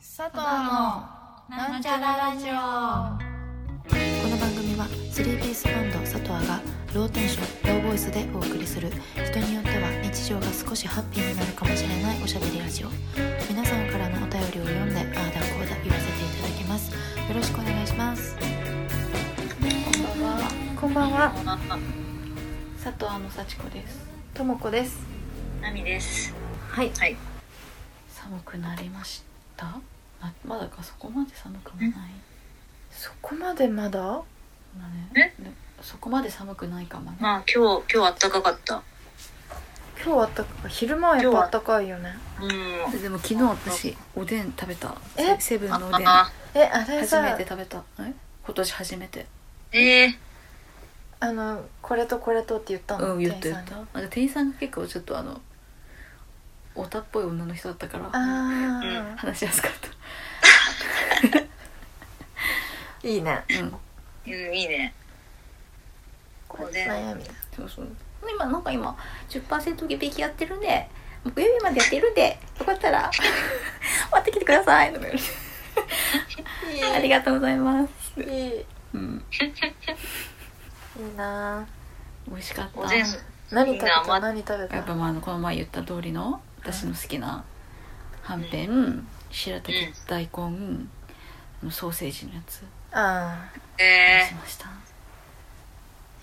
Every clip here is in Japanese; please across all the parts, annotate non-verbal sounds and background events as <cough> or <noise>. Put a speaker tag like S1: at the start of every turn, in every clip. S1: 佐藤のなんちゃらラジオ
S2: この番組はスリーピースバンド佐藤がローテンションローボイスでお送りする人によっては日常が少しハッピーになるかもしれないおしゃべりラジオ皆さんからのお便りを読んでああだこうだ言わせていただきますよろしくお願いしますこんばんは佐藤の幸子ですともこです
S3: ナミです。
S2: はい
S3: はい。
S2: 寒くなりましたあまだかそこまで寒くもない
S1: そこまでまだ
S2: まあねでそこまで寒くないかもね
S3: まあ今日今日暖かかった。
S1: 今日あったか昼間はやっぱあったかいよね
S3: うん。
S2: でも昨日私おでん食べた
S1: え
S2: セブンのおでん
S3: あ
S1: えあれ
S2: 初め
S1: さ
S2: て食べたえ今年初めて
S3: えー、
S1: あのこれとこれとって言ったの、
S2: うん言った
S1: 店員さ
S2: 言
S1: ん
S2: っ
S1: に
S2: たなんか店員さんが結構ちょっとあのオタっぽい女の人だったから
S1: あ
S2: 話しやすかっ
S1: あ、いいね
S2: たうん
S3: うんいいね。
S1: これ悩みだ
S2: そうそう今なんか今10%引きやってるんで木曜日までやってるんでよかったら <laughs> 待ってきてくださ <laughs> いとか言われてありがとうございます
S1: いいい
S2: うん
S1: いな
S2: 美味しかった
S3: おでん。
S1: 何食べ
S3: いい
S1: た
S3: な
S1: 何食べ
S2: やったぱまああのこの前言った通りの私の好きなはんぺん、白滝大根、あのソーセージのやつ
S1: あ
S2: に
S3: え
S2: しました、
S1: あ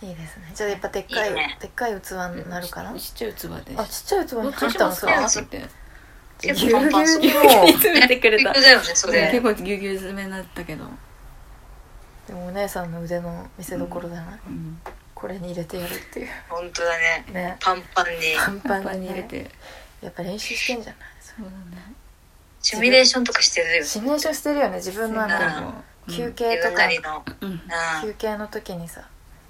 S1: いいですねじゃあやっぱでっかい
S3: いいね
S1: でっかい器になるかな
S2: ちちっちゃい器で
S1: あちっちゃい器
S2: どっ
S1: に
S2: ち
S1: 入
S2: に
S1: っ
S2: した
S1: の
S2: ます
S1: さ
S2: かって
S1: ぎ
S3: ー、結
S1: ゅうぎゅ
S3: 構パンパンす
S1: うにもう
S3: る。
S2: 急に詰めてくれた
S3: 結構だよねそ
S2: 結
S3: れ。
S2: 構ぎゅうぎゅう詰めになったけど、
S1: でもお姉さんの腕の見せどころだな、
S2: うん、
S1: これに入れてやるっていう
S3: 本当だね。
S1: ね
S3: パンパンに。
S1: パン
S2: パ
S1: パ
S2: ンパン
S1: ンに
S2: に入
S1: 入
S2: れ
S1: れて
S2: て
S1: やっぱ練習してんじゃない
S2: そうだね
S3: シミュレーションとかしてるよ。
S1: シミュレーションしてるよね自分のなんか
S3: うん
S1: 休憩
S3: 自
S1: と
S3: 分
S1: か
S3: なりの。
S2: うん
S3: うん
S1: 休憩の時にさ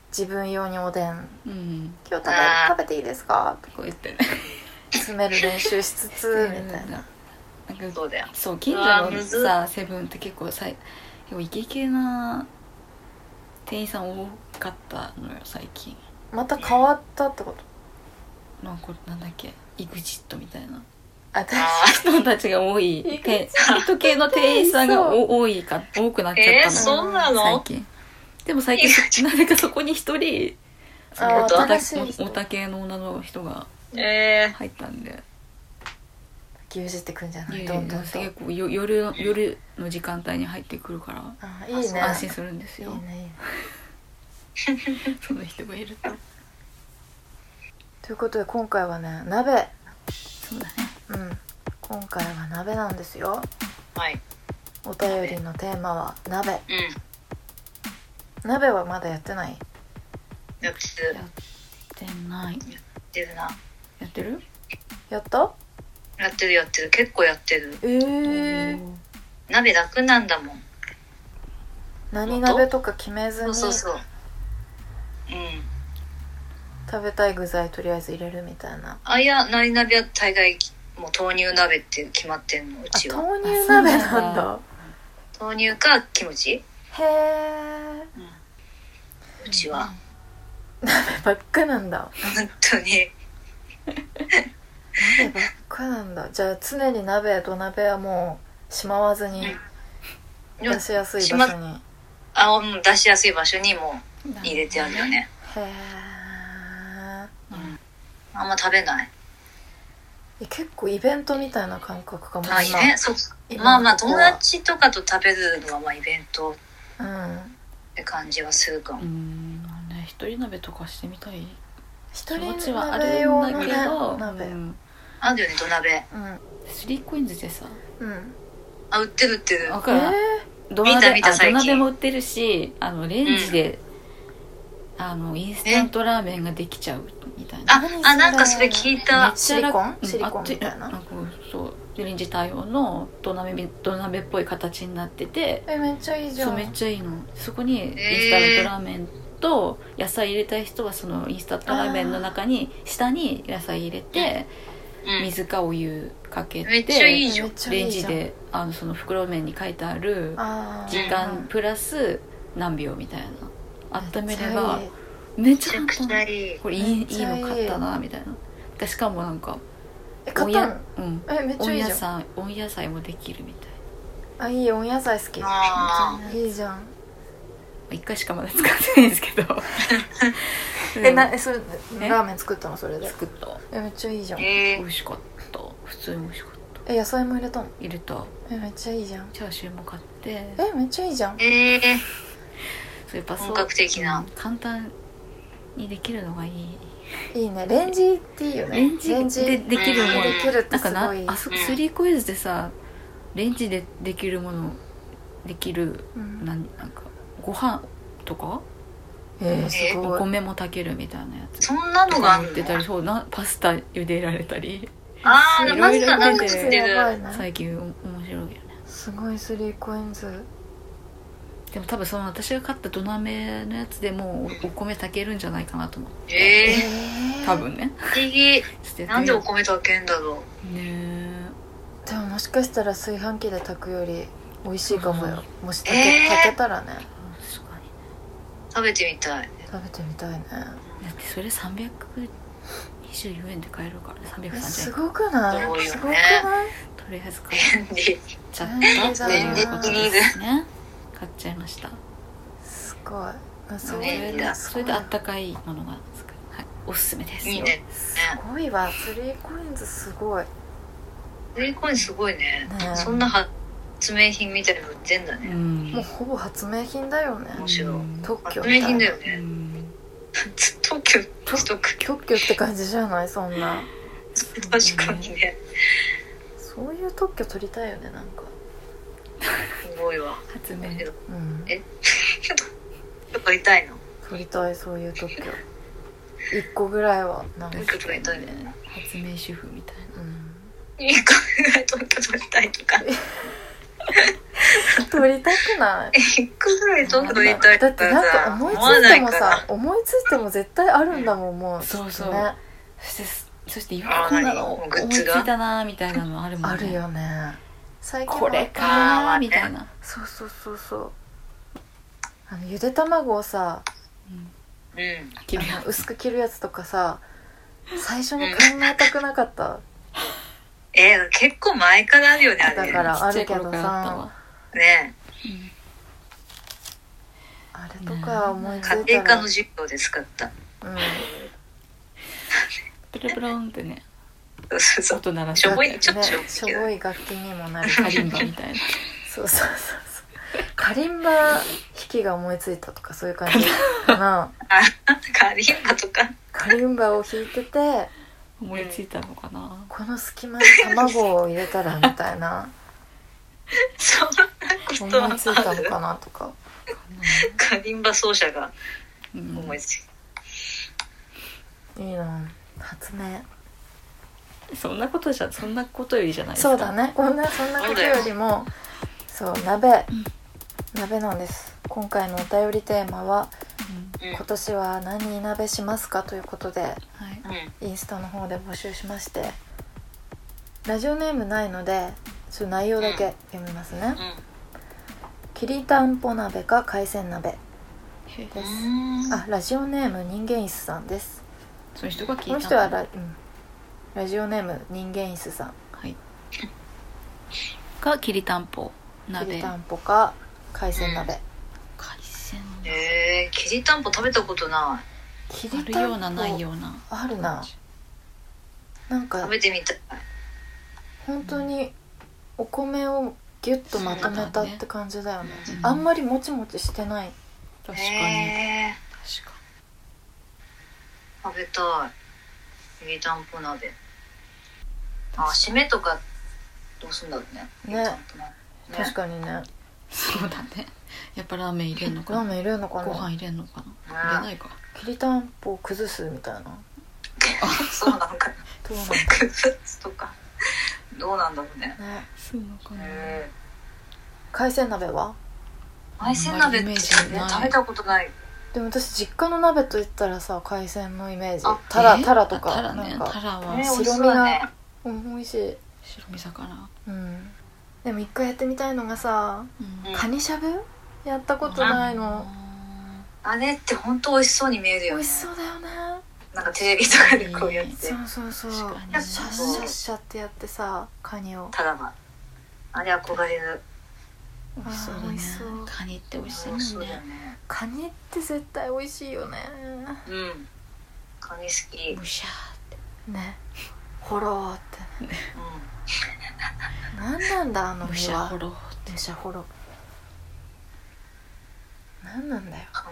S1: 自分用におでん
S2: うん、うん、
S1: 「今日食べ
S3: あー
S1: 食べていいですか?
S2: こうやってね」
S1: 詰める練習しつ
S2: <laughs>
S1: つみたいな
S2: なんか
S3: そう
S2: <laughs>
S3: だよ。
S2: そう近
S3: うわ
S2: 所の
S3: むず
S2: さセブンって結構さ結構イケイケな店員さん多かったのよ最近
S1: また変わったってこと
S2: なんかなんだっけイグジットみたいな
S1: あ確か
S3: あ
S2: 人たちが多い
S1: イグ
S2: てヘッド系の店員さんがお多いか多くなっ
S3: ー
S2: ちゃ
S3: えー、
S2: ったの、
S3: そうな
S2: 最
S3: の？
S2: 近でも最近そなぜかそこに一人その
S1: あー
S2: オタ
S1: 新しい人
S2: オタ系の女の人が
S3: え
S2: 入ったんで
S1: 牛耳ってくんじゃないい
S2: や
S1: どん
S2: い
S1: ど
S2: や
S1: んと
S2: 結構よ夜の夜の時間帯に入ってくるから
S1: あいいねいいね
S2: 安心するんです
S1: いい
S2: よ
S1: ね
S2: その人がいると
S1: ということで今回はね鍋
S2: そうだね
S1: うん今回は鍋なんですよ
S3: ー、はい。
S1: お便りのテーマは鍋
S3: うん。
S1: 鍋はまだやってない
S3: よく
S2: やってない
S3: やってるな。
S2: やってる
S1: やった
S3: やってるやってる。結構やってる。
S1: えー、
S3: 鍋楽なんだもん。
S1: 何鍋とか決めず
S3: そう
S1: に
S3: そう
S1: 食
S3: そう。うん。
S1: べたい具材とりあえず入れるみたいな
S3: あいや、なり鍋は大概、もう豆乳鍋って決まってんの、う
S1: あ
S3: ちは。
S1: 豆乳鍋
S2: あそ
S1: な
S2: うなんん
S1: だ
S2: だ
S3: 豆乳かキムチ
S1: へえ
S3: うちは。
S1: 鍋ばっかなんだ
S3: 本当に。
S1: 鍋ばっかなんだじゃあ常に鍋土鍋はもうしまわずに
S3: でも
S1: 出しやすい場所にへ
S3: あ、もう出しやすい場所にもう入れてあるよね。
S1: ー
S3: あんま食べない。
S1: え結構イベントみたいな感覚かも
S3: あ、イベント、そう
S1: 今
S3: まあまあ、
S1: ここ
S3: 友
S1: は
S3: 達とかと食べるのは、まあ、イベントっ
S1: うん
S3: て感じはするか
S2: う
S3: も。
S2: んまあね一人鍋とかしてみたい
S1: 一
S2: 気持ち
S1: 人
S2: はあ
S1: 鍋用の
S2: るん
S1: ね
S2: だけど、
S1: 鍋
S2: うん
S3: あるよね、土鍋。
S1: うん
S2: スリーコインズでさ
S1: うん
S3: あ、売ってる売ってる。
S2: わ
S1: え
S2: かる、土
S3: 見
S2: 鍋
S3: た見た
S2: あ土
S3: 最近
S2: 鍋も売ってるしあのレンジで、あのインスタントラーメンができちゃうみたいな
S3: あ、あ、なんかそれ聞い。
S2: めったちゃ楽うん
S1: シリコンシリコンみたいな
S2: あっちんかこうそうレンジ対応の土鍋み土鍋っぽい形になってて
S1: えめっちゃいいじゃ
S2: そ
S1: ん
S2: うめっちゃいいのそこにインス
S3: ー
S2: タントラーメンと野菜入れたい人はそのインスタントラーメンの中に下に野菜入れて
S3: うん。
S2: 水かお湯かけて
S3: めっちゃいいじゃ
S1: めっ
S3: ん。
S1: ちゃ
S2: レ
S1: い
S2: ン
S1: いじ
S2: ジ
S1: ゃん
S2: であのその袋麺に書いてある
S1: あー
S2: 時間プラス何秒みたいな温めれば
S1: めっ
S2: め
S3: め
S2: ち
S3: ち
S2: ゃ
S3: ゃ
S2: 簡
S3: くちゃ
S2: 単
S3: いい。
S2: これいい
S1: めっ
S2: いい
S1: ちゃいい
S2: の買ったなみたいなでしかもなんか
S1: ちゃいいえ買っ
S2: 温
S1: たの
S2: うん
S1: えめっちゃ
S2: 温
S1: いい
S2: 野
S1: じゃん
S2: 菜温野菜もできるみたい
S1: あいいよ温野菜好き
S3: あ
S1: いいじゃん
S2: 一回しかまだ使ってないんですけど
S1: <laughs>
S2: <laughs>
S1: えなえそれ
S2: え
S1: ラーメン作ったのそれで
S2: 作った
S1: えめっちゃいいじゃん
S3: え
S2: 美
S3: ー、
S2: 味しかった普通に美味しかった
S1: え野菜も入れたの
S2: 入れた
S1: えめっちゃいいじゃん
S2: チャーシューも買って
S1: えめっちゃいいじゃん
S3: えー、
S2: そうやっぱそう
S3: 本格的な
S2: うん簡単にできるのがいい
S1: いいねレンジっていいよね
S2: レンジでできるもの
S1: できるって
S2: なんか
S1: す
S2: な
S1: ごい
S2: あそこスリーコイズでさレンジでできるものできる
S1: うん
S2: なんなんかご飯とか
S1: えー
S3: え
S1: す
S2: お
S1: ごい
S2: 米も炊けるみたいなやつ
S3: そんなの
S2: と
S3: が
S2: か
S3: あ
S2: 売
S3: る
S2: ってたりそうなパスタ茹でられたり
S3: ああ、
S2: い
S3: マ
S2: ろい
S3: ジ
S2: ろ
S3: か、なんか
S2: 出
S3: 知
S2: て
S3: って
S1: やば
S3: る。
S1: いな
S2: 最近お面白いよね
S1: すごいスリーコインズ
S2: でも多分その私が買った土鍋のやつでもうおお米炊けるんじゃないかなと思う
S1: え
S3: え
S1: ー
S2: 多分ね
S3: ー、
S2: <laughs>
S3: 不思議。
S2: ちょっとや
S3: な
S2: ってみよう
S3: んでお米炊けんだろ
S2: ねえ
S1: でももしかしたら炊飯器で炊くより美味しいかもよもし炊
S3: え
S1: け
S3: ー
S1: 炊けたらね
S2: 確かに
S3: う。食べてみたい。
S1: 食べてみたいね
S2: だってそれ324円で買えるからね
S1: え
S2: 330
S1: す
S2: 円
S1: ごくない
S3: すごいよね
S1: すごくない
S2: とりあえず買っ
S3: 便利。
S2: ちゃったっていうことですね買っちゃいました
S1: すごいあ
S2: そ
S1: そう
S2: れ
S1: い
S2: で
S1: う
S2: それであったかいものが作る、はい、おすすめですよ
S3: いいね。
S1: すごいわスリーコインズすごい
S3: ウェイコインすごいね。
S1: ねえ
S3: そんな発明品みたいなの売ってんだ
S2: う
S3: ね。
S2: ん
S1: もうほぼ発明品だよね
S3: 面白い
S2: うん
S1: 特許
S3: 発
S1: みたい
S3: 明品
S1: な
S3: だよ
S2: う
S3: ね。
S2: ん
S3: 特許取得。
S1: 特許って感じじゃないそんな
S3: <laughs> 確かにね。
S1: そういう特許取りたいよねなんか
S3: すごいわ。
S2: 発明
S3: え
S1: うん
S3: え取りたいの
S1: 取りたいそういう特許一個ぐらいはなんか
S3: 特許取りたいね。
S2: 発明主婦みたい
S1: うん
S3: いい考え特許取りたいとか。
S1: 取りたく
S3: <laughs>
S1: ない
S3: 一個ぐらい特許取りたい
S1: だ
S3: と
S1: ってな
S3: か
S1: んか
S3: さ、
S1: 思いつ
S3: 思わ
S1: い
S3: な
S1: て
S3: い
S1: も
S3: か
S1: さ
S3: ら。
S1: 思いついても絶対あるんだもんもう
S2: そうそ
S1: ね
S2: うなそしてそしてよ
S3: あー
S2: くこんなの
S3: 何
S2: 思
S3: グッ
S2: いつ
S3: ズ
S2: い
S3: が
S2: たなーみたいなのあるもん、
S1: あるよね最近は
S2: これか
S3: あ
S2: ー
S3: ー
S2: みたいな、
S1: そうそうそうそうあのゆで卵をさ
S2: うん、
S3: うん。
S2: 切る
S1: あ
S2: や
S1: の薄く切るやつとかさ最初に考えたくなかった
S3: えー、結構前からあるよね、あ
S1: だ
S3: れ。
S1: から
S2: ちっちゃ
S1: ある
S2: い頃
S1: けど
S2: から
S1: さ
S2: あったわ
S3: ね
S1: あれとか思いつい
S3: 家庭
S1: た
S3: 科
S1: ら
S3: の授業で使った。
S1: うん
S2: プルプルンってね
S3: そうそう。
S2: 音鳴らし
S3: しょ
S2: て
S3: ぼいちょっとしょぼ
S1: ね
S3: いけど
S1: しょぼい楽器にもなる
S2: カリンバみたいな
S1: そうそうそうそうカリンバ弾きが思いついたとかそういう感じかな
S3: あ、カリンバとか。
S1: カリンバを弾いてて
S2: 思いついたのかな
S1: この隙間に卵を入れたらみたい
S3: <laughs>
S1: な
S3: そんなこ
S1: 思
S3: とはい
S1: ついたのかなとか
S3: カリンバ奏者が
S2: うん
S3: 思いついた。
S1: いいな発明
S2: そんなことじゃそんなことよりじゃないですか
S1: そうだねこんなそんなことよりもそう鍋鍋なんです今回のお便りテーマは
S2: う
S1: 「
S2: ん
S1: 今年は何に鍋しますか?」ということで
S2: はい
S3: うん。うん。
S1: インスタの方で募集しましてラジオネームないのでちょっと内容だけ読みますねきりたんぽ鍋か海鮮鍋
S3: う
S1: です
S3: ん。
S1: あラジオネーム人間椅子さんです
S2: その人が聞いた
S1: この人はラ,、うん、ラジオネーム人間椅子さん
S2: はいがきりたんぽ
S1: きり
S2: 鍋
S1: たんぽか海鮮鍋
S2: 海鮮
S3: えー、きりたんぽ食べたことない。
S1: き
S2: あ
S1: り
S2: る
S1: たん
S2: よ
S1: ぽ
S2: うなないような
S1: あるななんか
S3: 食べてみたい。
S1: 本当にお米をギュッとまとめたって感じだよね
S2: うん
S1: あんまりもちもちしてない
S2: 確かに
S3: え
S2: 確か
S3: ー、食べたい。きりたんぽ鍋。あ、締めとか、どうすんだろうね。きりたんぽ鍋ね
S1: 確かにね
S2: そうだねやっぱラーメン入れんの
S1: ラー
S2: かな
S1: メン入れるのか
S2: ご
S1: な
S2: 飯入れんのかな入れないか
S1: きりたんぽを崩すみたいな
S3: そうなのか <laughs> な。
S1: どうなん
S3: クズとか。どうなんだろうね。
S1: だね
S2: そうのかな
S3: え
S1: 海鮮鍋は
S3: ー、海鮮鍋って、ね、
S2: あんまりイメージない
S3: 食べたことない。
S1: でも私実家の鍋と言ったらさ海鮮のイメージ
S3: あ
S1: タラ
S2: え
S1: タラとか
S2: タラ
S1: な
S2: ね
S1: ん
S2: タ
S1: か
S2: ラ
S3: ね、美
S2: は
S1: 白
S3: 味
S1: 身
S3: しそうだね。
S1: うん美味しい
S2: 白身魚
S1: うんでも一回やってみたいのがさ
S2: うん
S3: うん
S1: カニしゃぶやったことないの
S2: あ
S3: あれって本当美味しそうに見える
S1: 美
S3: よ
S1: 味
S3: ね
S1: し。そうだよね
S3: なんかテレビとかでこうやって
S1: そうそうそうシャ
S2: 確かに
S1: ッシャッシャッシャってやってさカニを
S3: ただまあれ憧れる
S2: 美味しそう
S1: あー
S2: だ
S1: 美味
S2: ね
S1: しそう
S2: カニって美味しい
S3: 美味しそ
S2: も
S3: うんだよ
S2: ね
S3: ね
S1: カニって絶対美味しいよね
S3: うんカニ好きうん
S2: むしゃーって
S1: ねほろーってね何なんだあの
S2: むし
S1: 身
S2: ゃ
S1: は
S2: ほろーって
S1: むしゃほろ何なんだよ
S3: カ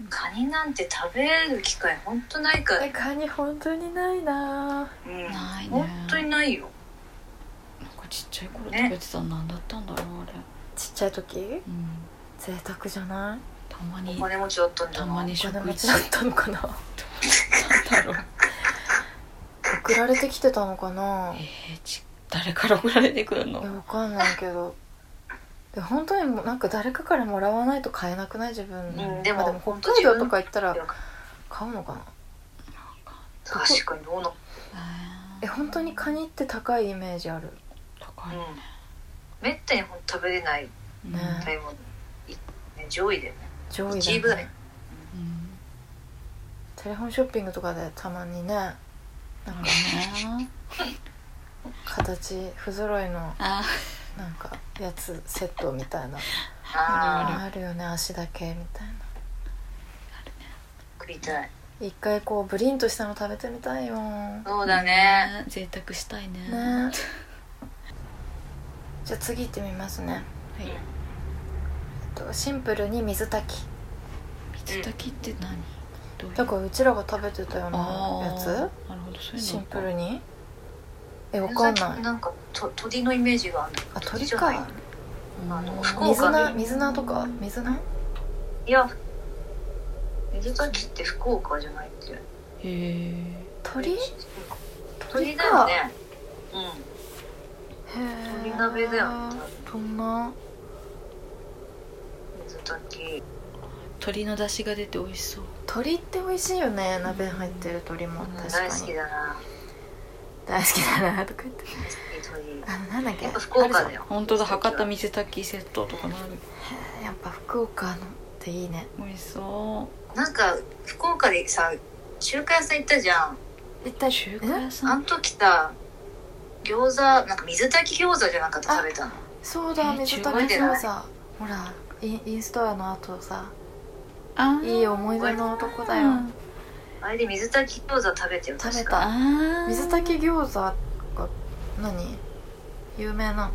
S3: ニカニなんて食べる機会ほんとないから
S1: えカニ本当にないな
S3: うん
S2: ないね
S3: ほんとにないよ
S2: なんかちっちゃい頃食べてたの何だったんだろうあれ、
S1: ちっちゃい時
S2: うん、
S1: 贅沢じゃない
S2: たま
S3: お
S2: に
S3: 金持ちだったんじ
S2: た
S3: ゃ
S2: ま
S3: ない
S2: に
S1: お金
S2: 食
S1: 持
S2: 一
S1: ち
S2: だ
S1: だったのかな
S2: ったろう
S1: 送られてきてたのかな
S2: えー、ち誰から送られてくるの
S1: いやわかんないけどで本当にもうなんか誰かからもらわないと買えなくない自分
S3: うんでも
S1: まあ
S3: 本当
S1: 北海道とか行ったら
S3: 自分
S1: 買うのかな
S3: 確かにどうなの
S1: え本当にカニって高いイメージある
S2: 高
S3: う
S2: い
S3: んめったにほんと食べれない
S2: ね
S1: ね
S3: 食べ物いね上位だよね
S1: 上位
S3: 1位ぐ
S1: だ、
S3: らい
S1: ね、
S2: うん
S1: テレフォンショッピングとかでたまにねなん
S2: なん
S1: か
S2: かね
S1: 形不揃いの
S2: あ
S1: なんかやつセットみたいな
S3: ああ
S1: あるよね足だけみたいな
S3: 食いたい
S1: 一回こうブリンとしたの食べてみたいよ
S3: そう
S2: そ
S3: だね
S2: 贅沢したいね
S1: ねじゃあ次行ってみますね、
S2: はい
S1: えっと、シンプルに水炊き
S2: 水炊きって何どういう
S1: だからうちらが食べてたような
S2: あ
S1: や
S2: ー
S1: つ
S2: なるほどそういうの
S1: シンプルにえわかんない
S3: なんかと鳥のイメージがある
S1: あ鳥
S3: じゃない
S1: か
S3: あの福
S1: 水
S3: 岡
S1: 菜
S3: に
S1: 水菜とか水菜
S3: いや水炊きって福岡じゃないって
S2: へえ
S1: 鳥鳥
S3: 鳥だよ
S1: か
S3: ねうん鳥鍋だよね
S1: そんな
S3: 水炊き
S2: 鶏の出汁が出て美味しそう
S1: 鳥って美味しいよね鍋に入ってる鳥も
S2: うん
S1: 確か
S3: 大
S1: に
S3: 好きだな
S1: 大好きだなとか言って
S3: 大好き鳥
S1: あのなんだっけ
S3: やっぱ福岡だよ
S2: 本当だ博多水炊きセットとかなる
S1: やっぱ福岡のっていいね
S2: 美味しそう
S3: なんか福岡でさ中華屋さん行ったじゃん
S1: 一体
S2: 中華屋さ
S3: あの
S2: ん
S3: 時さ餃子なんか水炊き餃子じゃなかった
S1: あ
S3: 食べたの
S1: そうだ
S2: え
S1: 水
S2: 中
S1: 炊き
S3: 国で
S1: 餃子ほらインインストアの後さ
S2: あー
S1: いい思い出の男だよ
S3: あれで水炊き餃子食べてよ
S1: 食べた
S3: 確か
S2: あー
S1: 水炊き餃子が何有名なの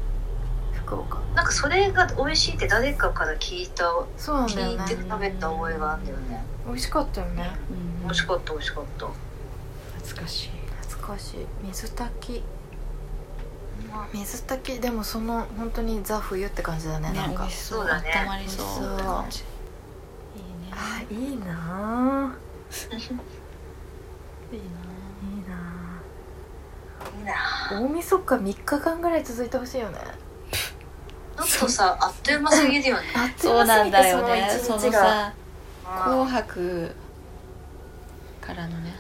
S1: 福岡
S3: なんかそれが美味しいって誰かから聞いた
S1: そうなんだよ
S3: 聞いて
S1: ね
S3: 食べた覚えがあるんだよね
S1: 美味しかったよね
S2: うん
S3: 美味しかった美味しかった
S2: 懐かしい
S1: 懐かしい水炊き水炊きでもその本当にザ冬って感じだねなん
S2: 美
S1: か
S2: 味しそう
S3: そうだね
S2: 温まりそう
S1: 美味しそう
S2: って感じいい
S1: あ
S2: ね
S1: いいなあ
S2: いいない
S1: いない
S3: いな
S1: あ大晦日三3日間ぐらい続いてほしいよね
S3: ちょっとさあっという間すぎるよね
S1: あっとい
S2: そううな
S1: 間すぎて
S2: んだ
S1: そ
S2: よ
S1: の
S2: ね
S1: 一
S2: その
S1: 日が
S2: さ「
S3: う
S2: 紅
S3: ん
S2: 白」からのね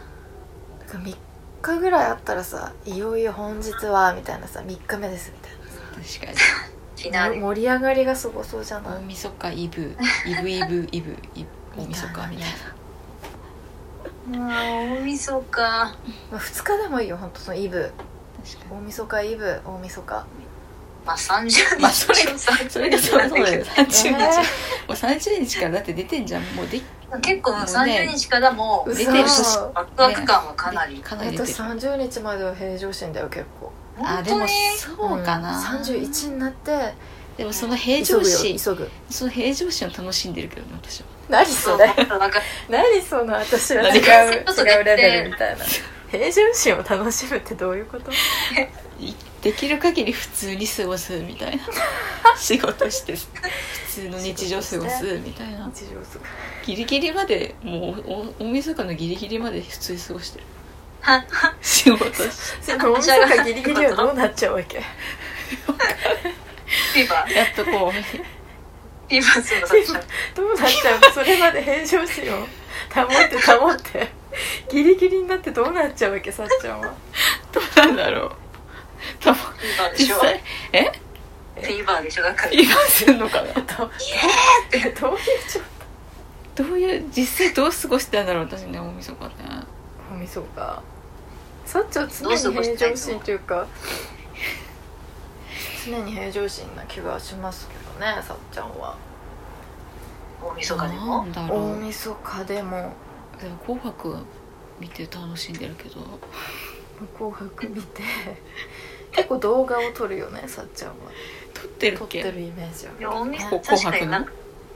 S1: だから3日ぐらいあったらさいよいよ本日はみたいなさ3日目ですみたいな
S2: 確かに
S3: フィナーレ
S1: 盛り上がりがすごそうじゃな
S2: 大
S1: い
S2: 晦日イブイブイブイブイブ大晦日みたいな
S3: もう大晦日
S1: まあ、2日でもいいよ本当そのイブ
S2: 確か
S1: 大晦日イブ大晦 <laughs> 日
S3: まあ30日
S2: まあそれ
S3: 30
S2: にそれがそうそうだよ30日
S1: え
S2: も
S1: ー
S2: う30日からだって出てんじゃんもうで
S3: 結構もう30日からもう
S1: 嘘
S2: 出てるし
S3: ワクワク感はかなり、
S2: かなり出て
S1: 私
S2: る
S1: 30日までは平常心だよ結構
S2: あ
S3: 本
S2: で
S3: 当
S2: も
S3: に
S2: そうかな、
S1: ん31になって
S2: でもその平
S1: 急
S2: 常
S1: ぐよ
S2: 心
S1: 急ぐ
S2: その平常心を楽しんでるけどね私は
S1: 何それ
S3: なんか
S1: 何その私は違う
S2: 何か
S3: ちょっとね
S1: 違うレベルみたいな平常心を楽しむってどういうこと
S2: いできる限り普通に過ごすみたいな仕事して普通の日常過ごすみたいな
S1: 日常すごい
S2: ギリギリまでもうおお大晦日のギリギリまで普通に過ごしてる仕事し
S1: それ脳みそがギリギリはどうなっちゃうわけ
S3: フィーバーフ
S2: やっとこ
S3: ィーバーするの確かに
S1: どうなっちゃうのそれまで平常心を保って保ってギリギリになってどうなっちゃうわけさっちゃんは
S2: うどうなんだろう多分
S3: フィーバーで
S2: 実
S3: しょフ
S2: 際え
S3: ィーバーでしょなんか
S2: 言いまするのかな
S1: どういう状態
S2: どういう実際どう過ごしてたんだろう私ね大晦日ね
S1: おみそかさっちゃん常
S3: どう過
S1: に
S3: ごし
S1: 平
S3: た
S1: 常
S3: いの
S1: 心というか常に平常心な気がしますけどねさっちゃんは
S3: 大晦日でも
S2: なんだろ
S1: 大
S2: う
S1: 晦日でも
S2: でも紅白見て楽しんでるけど
S1: 「紅白」見て結構動画を撮るよねさっちゃ
S2: <laughs>
S1: んは
S2: 撮ってる
S1: 撮
S2: っ
S1: って
S2: け
S1: るイメージあ
S3: い
S1: る
S3: や大晦
S2: こ
S3: 日
S2: 紅
S3: 確かに
S2: 白の
S3: な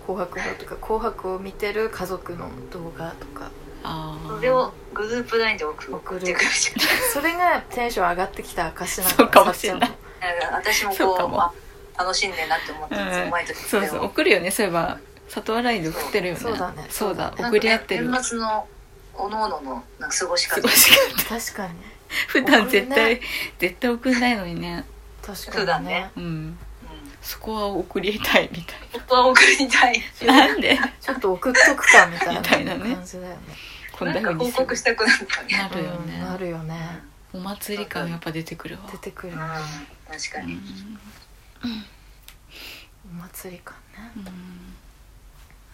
S1: 紅白のとか「紅白」を見てる家族の動画とか
S2: あ
S3: それ
S2: あ
S3: をグループラインで送送ってくるじ
S1: それがテンション上がってきた証なの
S2: そうかもしれない
S1: さっち
S3: ゃんだから私も
S2: そうか
S3: こう
S2: も
S3: あ楽しんでんなって思ってたんですよ、
S2: うん
S3: 毎年
S2: そうそう送るよねそういえば里和ラインで送ってるよね
S1: そうだね
S2: そうだ
S3: なんかね
S2: 送り合ってる
S3: 年末のおのおののなんか過ごし
S2: 過
S3: 方
S2: ごし方
S1: ゃんも確かに
S2: <laughs> 普段絶
S1: 送る
S2: 対絶対送んないのにね
S1: 確
S3: そう
S1: か
S3: だ
S1: に
S3: ね
S1: ね
S2: うん
S3: うん
S2: そこは送りたいみたい
S3: 本当は送りたい
S2: ななんで
S1: ちょっと送っとくかみたいな
S2: みたいなね
S1: 感じだよね
S2: <laughs> こん
S3: な
S2: なん
S3: か
S2: 風
S3: 報
S2: にする
S3: 告したくなったね
S2: なるよ
S1: うん
S2: ね
S1: なるよね
S2: お祭り感やっぱ出てくるわ
S1: 出てく
S3: う
S1: る
S3: ん
S1: ね
S3: 確か
S2: う
S3: に
S2: ん
S1: お祭り感ね
S2: うん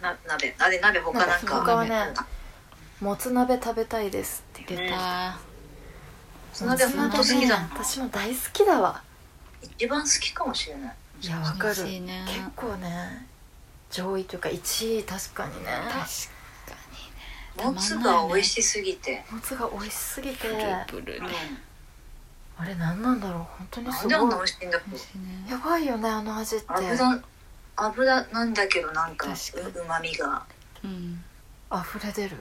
S3: な鍋あれ鍋他なん
S1: 他
S3: か
S1: はねもつ鍋食べたいですって言って
S2: 出た
S3: その鍋本当好きだもん
S1: 私も大好きだわ
S3: 一番好きかもしれない
S1: いやわかる
S2: 楽しいね
S1: 結構ね上位というか1位確かにね
S2: 確か
S3: もつが美味しすぎて
S1: もつが美味しすぎて
S2: にプルプルで
S3: う
S1: あれ何なんだろう本当
S3: ん
S1: に
S3: な
S1: す
S3: んであんな
S1: ご
S3: 美
S1: い
S3: 味しいんだろう
S2: 美味しいね
S1: やばいよねあの味って
S3: 油油なんだけどなんか
S2: 確かに
S3: うまみが
S2: うん
S1: 溢れ出る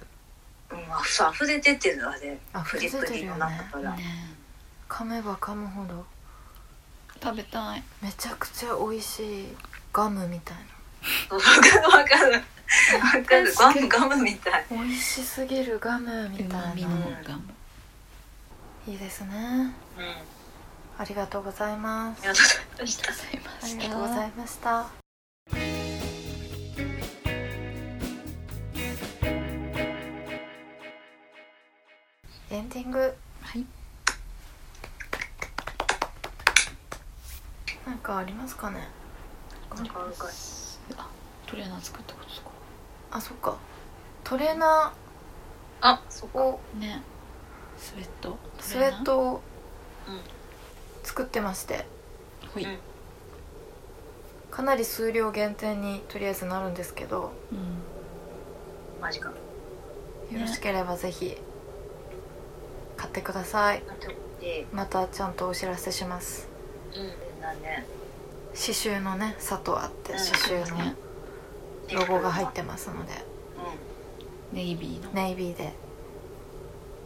S3: うんあふさ溢れ出てるあれ
S1: 溢
S3: プ
S1: れ
S3: リ
S1: 出
S3: プ
S1: て
S3: リ
S1: るよ
S3: の
S1: ね
S3: 中から
S2: ね
S1: 噛めば噛むほど
S2: 食べたい
S1: めちゃくちゃ美味しいガムみたい
S3: わかるわかるガムガムみたい
S1: な美味しすぎるガムみ
S2: う
S1: た
S2: ま
S1: い
S2: み
S1: な
S2: のガム
S1: いいですね
S3: うんい
S1: ありがとうございます
S3: やちょっと
S2: ありがとうございま
S1: あり
S2: し
S1: がとうござ
S2: た
S1: いましたエンディング
S2: はい
S1: なんかありますかね
S3: なんかあるかい
S2: あトレーナー作ったことですか
S1: あそっかトレーナ
S3: あそ
S1: ー
S3: こ
S1: を
S2: ねスウェット
S1: スウェットを
S3: うん
S1: 作ってまして
S2: ほい
S3: うん
S1: かなり数量限定にとりあえずなるんですけど
S2: うん
S3: マジか
S1: よろしければぜひ買ってください
S3: なんていい
S1: またちゃんとお知らせします
S3: うんだね
S1: 刺繍のね「佐藤あって
S3: うん
S1: 刺繍の
S2: ね
S1: ロゴが入ってますので
S3: う
S2: ネイビーの
S1: ネイビーで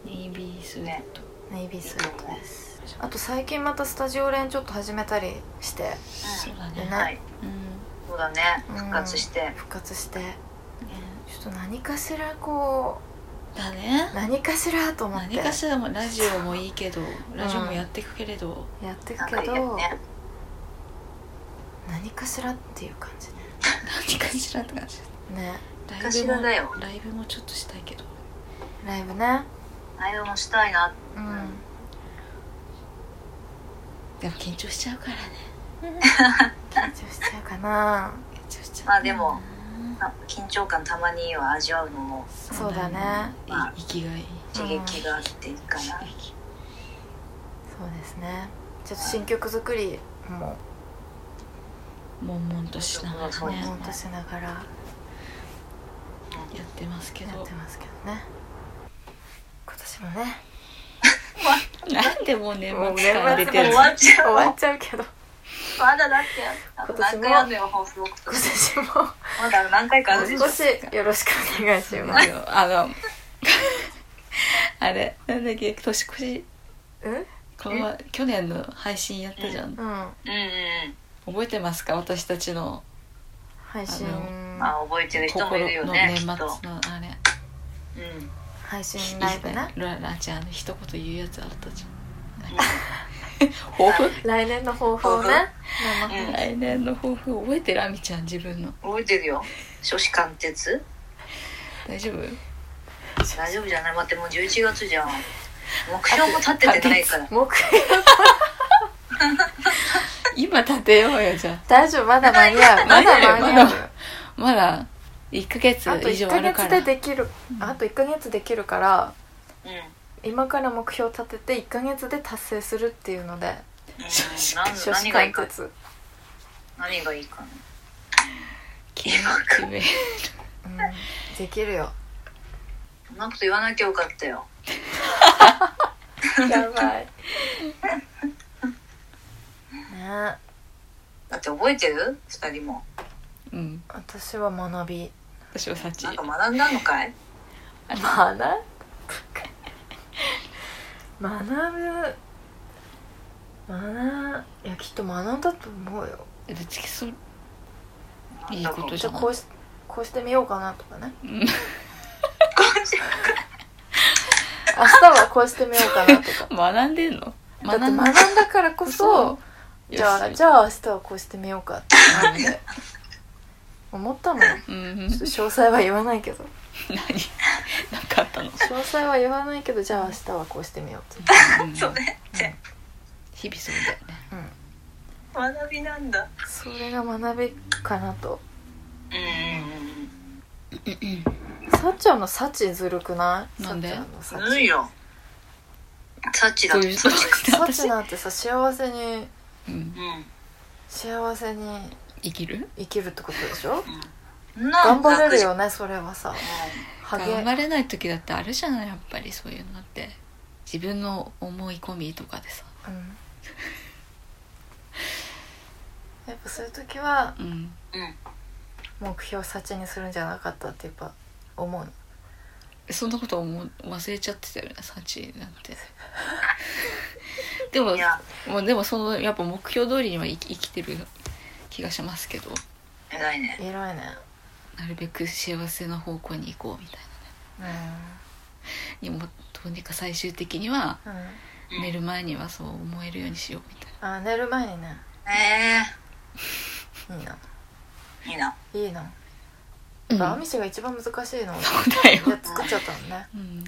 S2: ネイビースウェット
S1: ネイビースウェットですあと最近またスタジオ練ちょっと始めたりして
S2: そうだ
S1: で
S2: ね
S3: んはい
S1: ね
S2: うん
S3: そうだね
S1: うん
S3: 復活して
S1: 復活して
S2: ね
S1: ちょっと何かしらこ
S2: だね
S1: う何かしらと思って
S2: 何
S1: や
S2: かしらもラジオもいいけどラジオもやっていくけれど
S1: ってい
S3: な
S1: く
S3: ん
S1: け
S3: かいいよ
S1: ど
S3: ね
S1: 何かしらっていう感じね
S2: 何かしらって感じ
S1: ね
S2: ラ
S3: か
S2: イ
S3: し
S2: ブ
S3: ら
S2: も
S3: だよ
S2: ライブもちょっとしたいけど
S1: ライブね
S3: 内容もしたいな
S1: うん
S2: でも緊張しちゃうからね
S1: <laughs> 緊張しちゃうかな
S2: 緊張しちゃう
S3: まあでもあ緊張感たまには味わうのも
S1: そうだね
S2: い生きがいい
S3: 刺激があっていいかな
S2: 刺激
S1: そうですねちょっと新曲作りも
S2: 悶々としなが
S3: そう
S2: らね
S3: です
S1: 悶々としながらや
S2: やってますけど
S1: ってますけどね今年もね
S2: なんでもう年
S1: もう年
S2: 末感
S1: 末
S3: で
S2: 出て
S3: も
S2: る
S3: 終わっちゃ
S1: 終
S3: う
S1: わ
S3: わ
S1: っちゃうけど
S3: まだだってあと何回やんのよ放送
S1: 今年も
S3: まだ何回かあるでしょ
S1: もう少しよろしくお願いし
S2: <laughs>
S1: ます
S2: あのあれなんだっけ年越し
S1: うん
S2: この前去年の配信やったじゃん
S1: うん
S3: うんうん
S2: 覚えてますか私たちの
S1: 配信
S3: うんまあ覚えてる人もいるよ
S2: の
S3: ねき
S2: 年末
S3: っ
S2: の
S3: と
S2: あれ
S3: うん
S1: 配信ライブね
S2: <laughs> ララちゃんあの一言言うやつあったじゃん抱負
S1: 来年の抱負をね
S3: うん
S2: <laughs> 来年の抱負覚えてるあみちゃん自分の
S3: 覚えてるよ初子貫徹
S2: 大丈夫
S3: 大丈夫じゃない待ってもう11月じゃん目標も立っててないから
S1: 目標
S2: <laughs> 今立てようよじゃ
S1: 大丈夫まだ間に合うまだ間に合う
S2: あまだ1ヶ月
S1: あと
S2: 以
S1: 1
S2: 上
S1: ヶ
S2: あるか
S1: 月
S2: ら
S1: でできるあと1ヶ月できるから
S3: うん
S1: 今から目標を立てて1ヶ月で達成するっていうので
S3: うんなん
S1: 少
S3: 何
S1: 子
S3: が
S1: 貫
S3: いいか
S1: 徹
S3: 何がいいかな
S2: 決め決め
S1: うんできるよ
S3: そんなこと言わなきゃよかったよ
S1: やばい <laughs> ねえ
S3: だって覚えてる二人も
S2: <laughs> うん
S1: 私は学び
S2: 私は幸
S3: なんか学んだのかい
S1: 学ぶ学ぶ学いやきっと学んだと思うよ
S2: 別にそ
S3: なん
S2: いい
S3: だろう
S2: こと
S1: じ
S2: じ
S1: ゃあ
S2: ゃない
S1: こうしこうしてみようかなとかね
S2: うん
S1: 明日はこうしてみようかなと <laughs> か
S2: 学んでんの
S1: だって学
S2: ん
S1: ん
S2: だ
S1: だからこそじゃあじゃあ明日はこうしてみようかってなんで思ったの <laughs> よ
S2: うん <laughs>
S1: ちょっと詳細は言わないけど
S2: 何なかった
S1: <laughs>
S2: の
S1: 詳細は言わないけどじゃあ明日はこうしてみようって
S3: そうねって
S2: 日々そうだよね
S1: うん
S3: 学びなんだ
S1: それが学びかなと
S3: うんうん
S1: さっちゃんの幸ずるくない
S2: なんで
S1: さっちゃんの幸
S3: うんうんずるいよサチだ
S2: そ
S3: っ
S2: う
S3: て
S2: いう
S3: サ
S2: 人
S3: チか
S1: サ
S2: 私
S1: チなんてさ幸せに
S2: うん
S3: うん
S1: 幸せに
S2: 生きる
S1: 生きるってことでし
S2: <laughs>
S1: ょ
S3: そんな
S1: 頑張れる
S3: 楽
S1: よねそれはさ励
S2: 頑張れない時だってあるじゃないやっぱりそういうのだって自分の思い込みとかでさ
S1: うんやっぱそういう時は
S2: うん
S3: じゃんうん
S1: 目標を幸にするんじゃなかったってやっぱ思うの
S2: そんなこと思う忘れちゃってたよねサチなん <laughs> てでも
S3: いや
S2: もうでもそのやっぱ目標通りには生き生きてる気がしますけど
S3: 偉いね
S1: 偉いね
S2: なるべく幸せな方向に行こうみたいなにもどうにか最終的には
S1: うん、うん
S3: うん
S2: 寝る前にはそう思えるようにしようみたいな
S1: あ寝る前にね
S3: え
S1: いいな
S3: えいいない
S1: いな
S2: う
S1: やっ
S2: ん
S1: ぱアミシが一番難しいのを
S2: そうだよ
S1: いや作っちゃったのね
S2: うん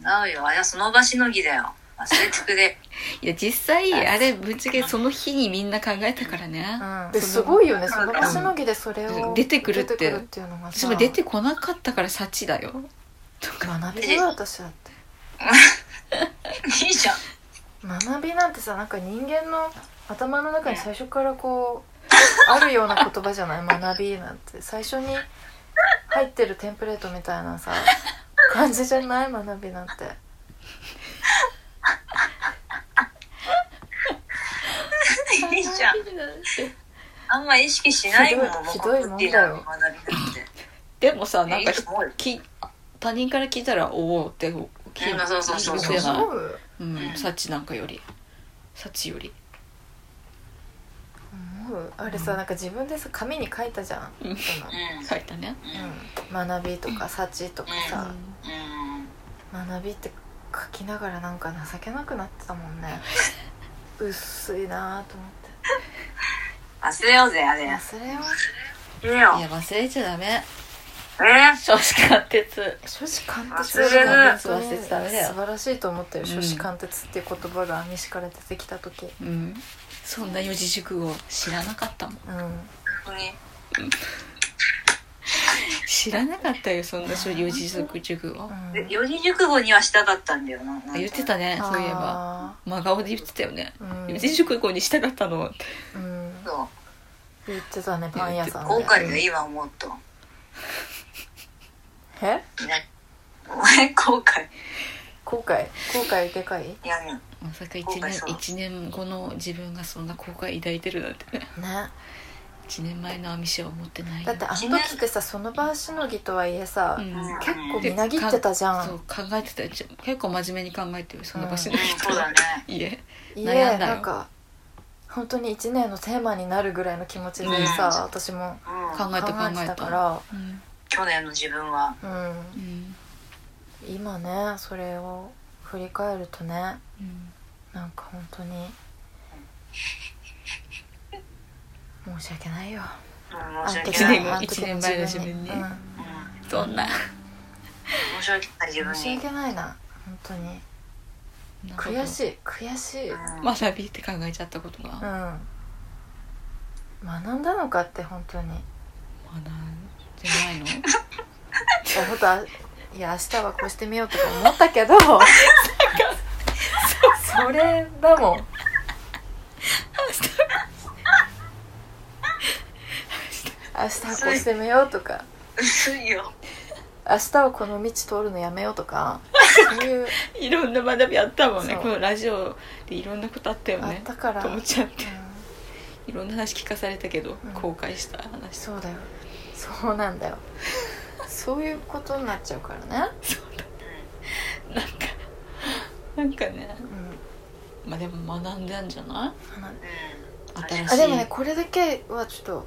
S3: なうよあれはその場しのぎだよ忘れてくれ <laughs>
S2: いや実際あれぶっちゃけその日にみんな考えたからね、
S1: うん
S2: そ
S1: で
S2: の
S1: すごいよねその場しのぎでそれ
S2: う
S1: を
S2: ん出てくるって
S1: 出てくるっていうのが
S2: 私
S1: さ
S2: も出てこなかったから幸だよとか
S1: 学びだよ私だって
S3: いいじゃん
S1: 学びなんてさなんか人間の頭の中に最初からこうあるような言葉じゃない <laughs> 学びなんて最初に入ってるテンプレートみたいなさ感じじゃない学びなんて
S3: いいじゃんあんま意識しないもん
S1: ひどい
S3: 僕
S1: ひどいもんだよ
S3: 学びなんて
S2: でもさなんか
S3: いいと思うよ
S2: き他人から聞いたら「おお」って聞
S3: うんそうそうそうそう
S2: 聞いてない
S1: 思う
S2: うんサチなんかよりサチより
S1: 思うあれさなんか自分でさ紙に書いたじゃん
S2: うん
S1: その
S2: 書いたね
S1: うん、学びとか幸とかさ、
S3: うんうん
S1: 学びって書きながらなんか情けなくなってたもんね薄いなぁと思っ
S3: 忘れようぜあれ
S1: て忘れよう
S3: いいよ
S2: いや忘れちゃダメ
S3: え
S2: 少子貫徹
S1: 書士貫徹
S3: 忘れる
S1: 素
S2: 忘れちゃダメだよ
S1: 晴らしいと思ったよ
S2: うん
S1: 書士貫徹っていう言葉が西から出てきた時
S2: うんそんな四字熟語知らなかったもん
S1: うん
S3: 本当に
S2: 知らなかったよそんなそういう四字熟語
S1: うん
S3: で四字熟語にはしたかったんだよななんか
S2: 言ってたねそういえば
S1: あ
S2: 真顔で言ってたよね
S1: ー
S2: 四字熟語にしたかったのって
S1: うん、うん、
S3: そう
S1: 言ってたねパン屋さん
S3: 後
S1: で
S3: 悔が今思うと
S1: え
S3: ねお前後悔
S1: 後悔後悔でかいね
S3: いやね
S2: まさ
S3: 後
S2: か1
S3: 悔
S2: 年
S3: したの
S2: 一年後の自分がそんな後悔抱いてるなんて <laughs> ね1年前のアミシは思ってないよ
S1: だってあの時ってさその場しのぎとはいえさ、
S2: うん
S1: 結構みなぎってたじゃ
S2: そうん考えてたよちょ結構真面目に考えてるその場所
S3: う
S2: の
S3: ん
S2: 人
S3: そうだね
S2: <laughs> いえ
S1: い
S2: 悩
S1: え
S2: んだ
S1: な
S2: よ
S1: んか本当に1年のテーマになるぐらいの気持ちでさ、
S3: うん
S1: 私も
S3: うん
S1: 考
S2: 考え
S1: え
S2: た考え
S1: て
S2: た
S1: たか
S2: うん
S3: 去年の自分は
S1: ら、うん、
S2: うん
S1: 今ねそれを振り返るとね
S2: うん
S1: なんか本当に申し訳ないよ
S3: うん申し
S2: 一
S3: 訳ない
S2: 年後
S1: あの時の
S2: 一年前の自分に
S1: うん
S3: うん
S2: そんな
S3: 申し訳ない自分
S1: 申し
S3: に
S1: 訳ないな本当に悔しい悔しい、うん
S3: うん
S2: 学びって考えちゃったことが
S1: 学んだのかって本当に
S2: 学んでない
S1: <laughs>
S2: の
S1: いや本当あいや明日はこうしてみようとか思ったけどそれだもん明日こうしてみようとか
S3: 薄 <laughs> いよ
S1: 明日はこの道通るのやめようとかそういう
S2: いろんな学びあったもんね
S1: そう
S2: このラジオでいろんなことあったよ
S1: あっ
S2: ね
S1: たから、
S2: と
S1: う
S2: 思
S1: ん
S2: っちゃっていろんな話聞かされたけど、
S1: うん
S2: 後悔した話
S1: そうだよそうなんだよそういうことになっちゃうからね、
S2: なんかなんかね
S1: うん
S2: まあでも学んだんじゃない
S3: うんうん
S2: 新しい
S1: あでもねこれだけはちょっと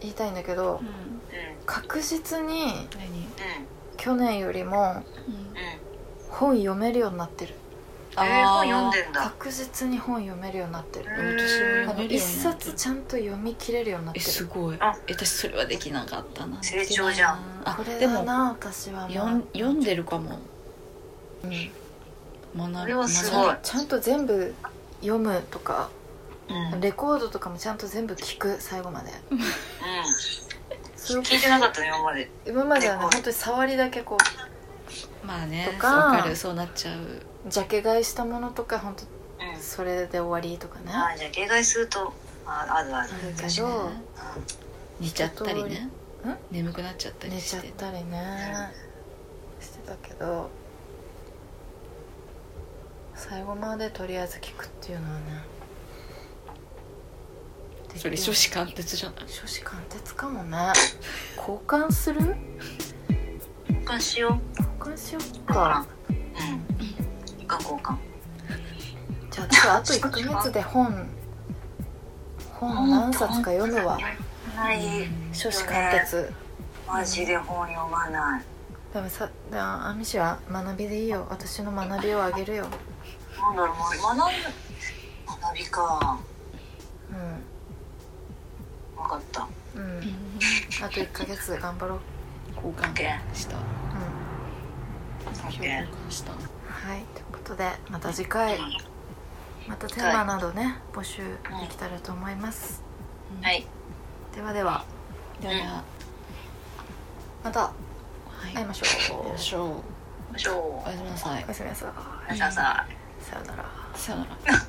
S1: 言いたいんだけど、
S2: うん
S3: う
S1: 確実に
S2: 何
S1: 去年よりも
S2: うん
S3: んうんうん
S1: 本読めるようになってる
S3: えー、本読ん
S2: ー
S3: でんだ
S1: 確実に本読めるようになってる
S3: うん
S2: 私も
S1: あの
S2: 読める
S1: 一
S2: ようになって
S1: 冊
S2: る
S1: ちゃんと読み切れるようになって
S2: え
S1: る
S2: すごい
S3: あ
S2: え私それはできなかったな
S3: 成長じゃん
S2: あ
S1: これ
S2: で
S1: だ
S2: も
S1: な私は
S2: よん読んでるかも
S1: うん
S2: 学
S3: そ
S2: び
S3: れはすごい
S2: 学び
S1: ちゃんと全部読むとか
S2: うん
S1: レコードとかもちゃんと全部聞く最後までそう
S3: う
S1: い
S3: ん
S1: う
S3: 聞いてなかったね今まで
S1: 今まではね
S3: レコード
S1: 本当に触りだけこ
S2: まあね
S1: とか
S2: わかるそうなっちゃう
S1: うジャケ買いしたものとか本
S3: うん
S1: 当それで終わりとかね
S3: あーじゃあ例外するとああるある
S1: あるけ
S2: 昔ね
S1: ど
S2: 寝ちゃったりね
S1: ん
S2: 眠くなっちゃったり
S1: 寝ち
S2: し
S1: ゃってたりねしてたけど最後までとりあえず聞くっていうのはねできる
S2: それ書士貫徹じゃない
S1: 書士貫徹かもね交換する
S3: 交換しよ
S1: 交換しよっ
S3: う
S1: か
S3: うん交換交換
S1: じゃあ私はあと1ヶ月で本本何冊か読むわ
S3: ない
S1: 書士貫徹
S3: マジで本読まない
S1: でもさでもアミシは学びでいいよ私の学びをあげるよ
S3: なんだろう学ぶ学びか分かった
S1: うんうん
S2: うん
S1: あと1ヶ月頑張ろう
S2: 交換した
S1: うん
S2: 交換した
S1: はいということでまた次回またテーマなどね募集できたらと思います
S3: はい
S1: ではでは
S2: では
S1: また
S2: はい
S1: 会いましょ
S2: 行き
S1: う
S2: ましょう
S3: 以上
S2: おやすみなさい
S1: おやすみなさい
S3: 皆さん
S1: さよなら
S2: さよなら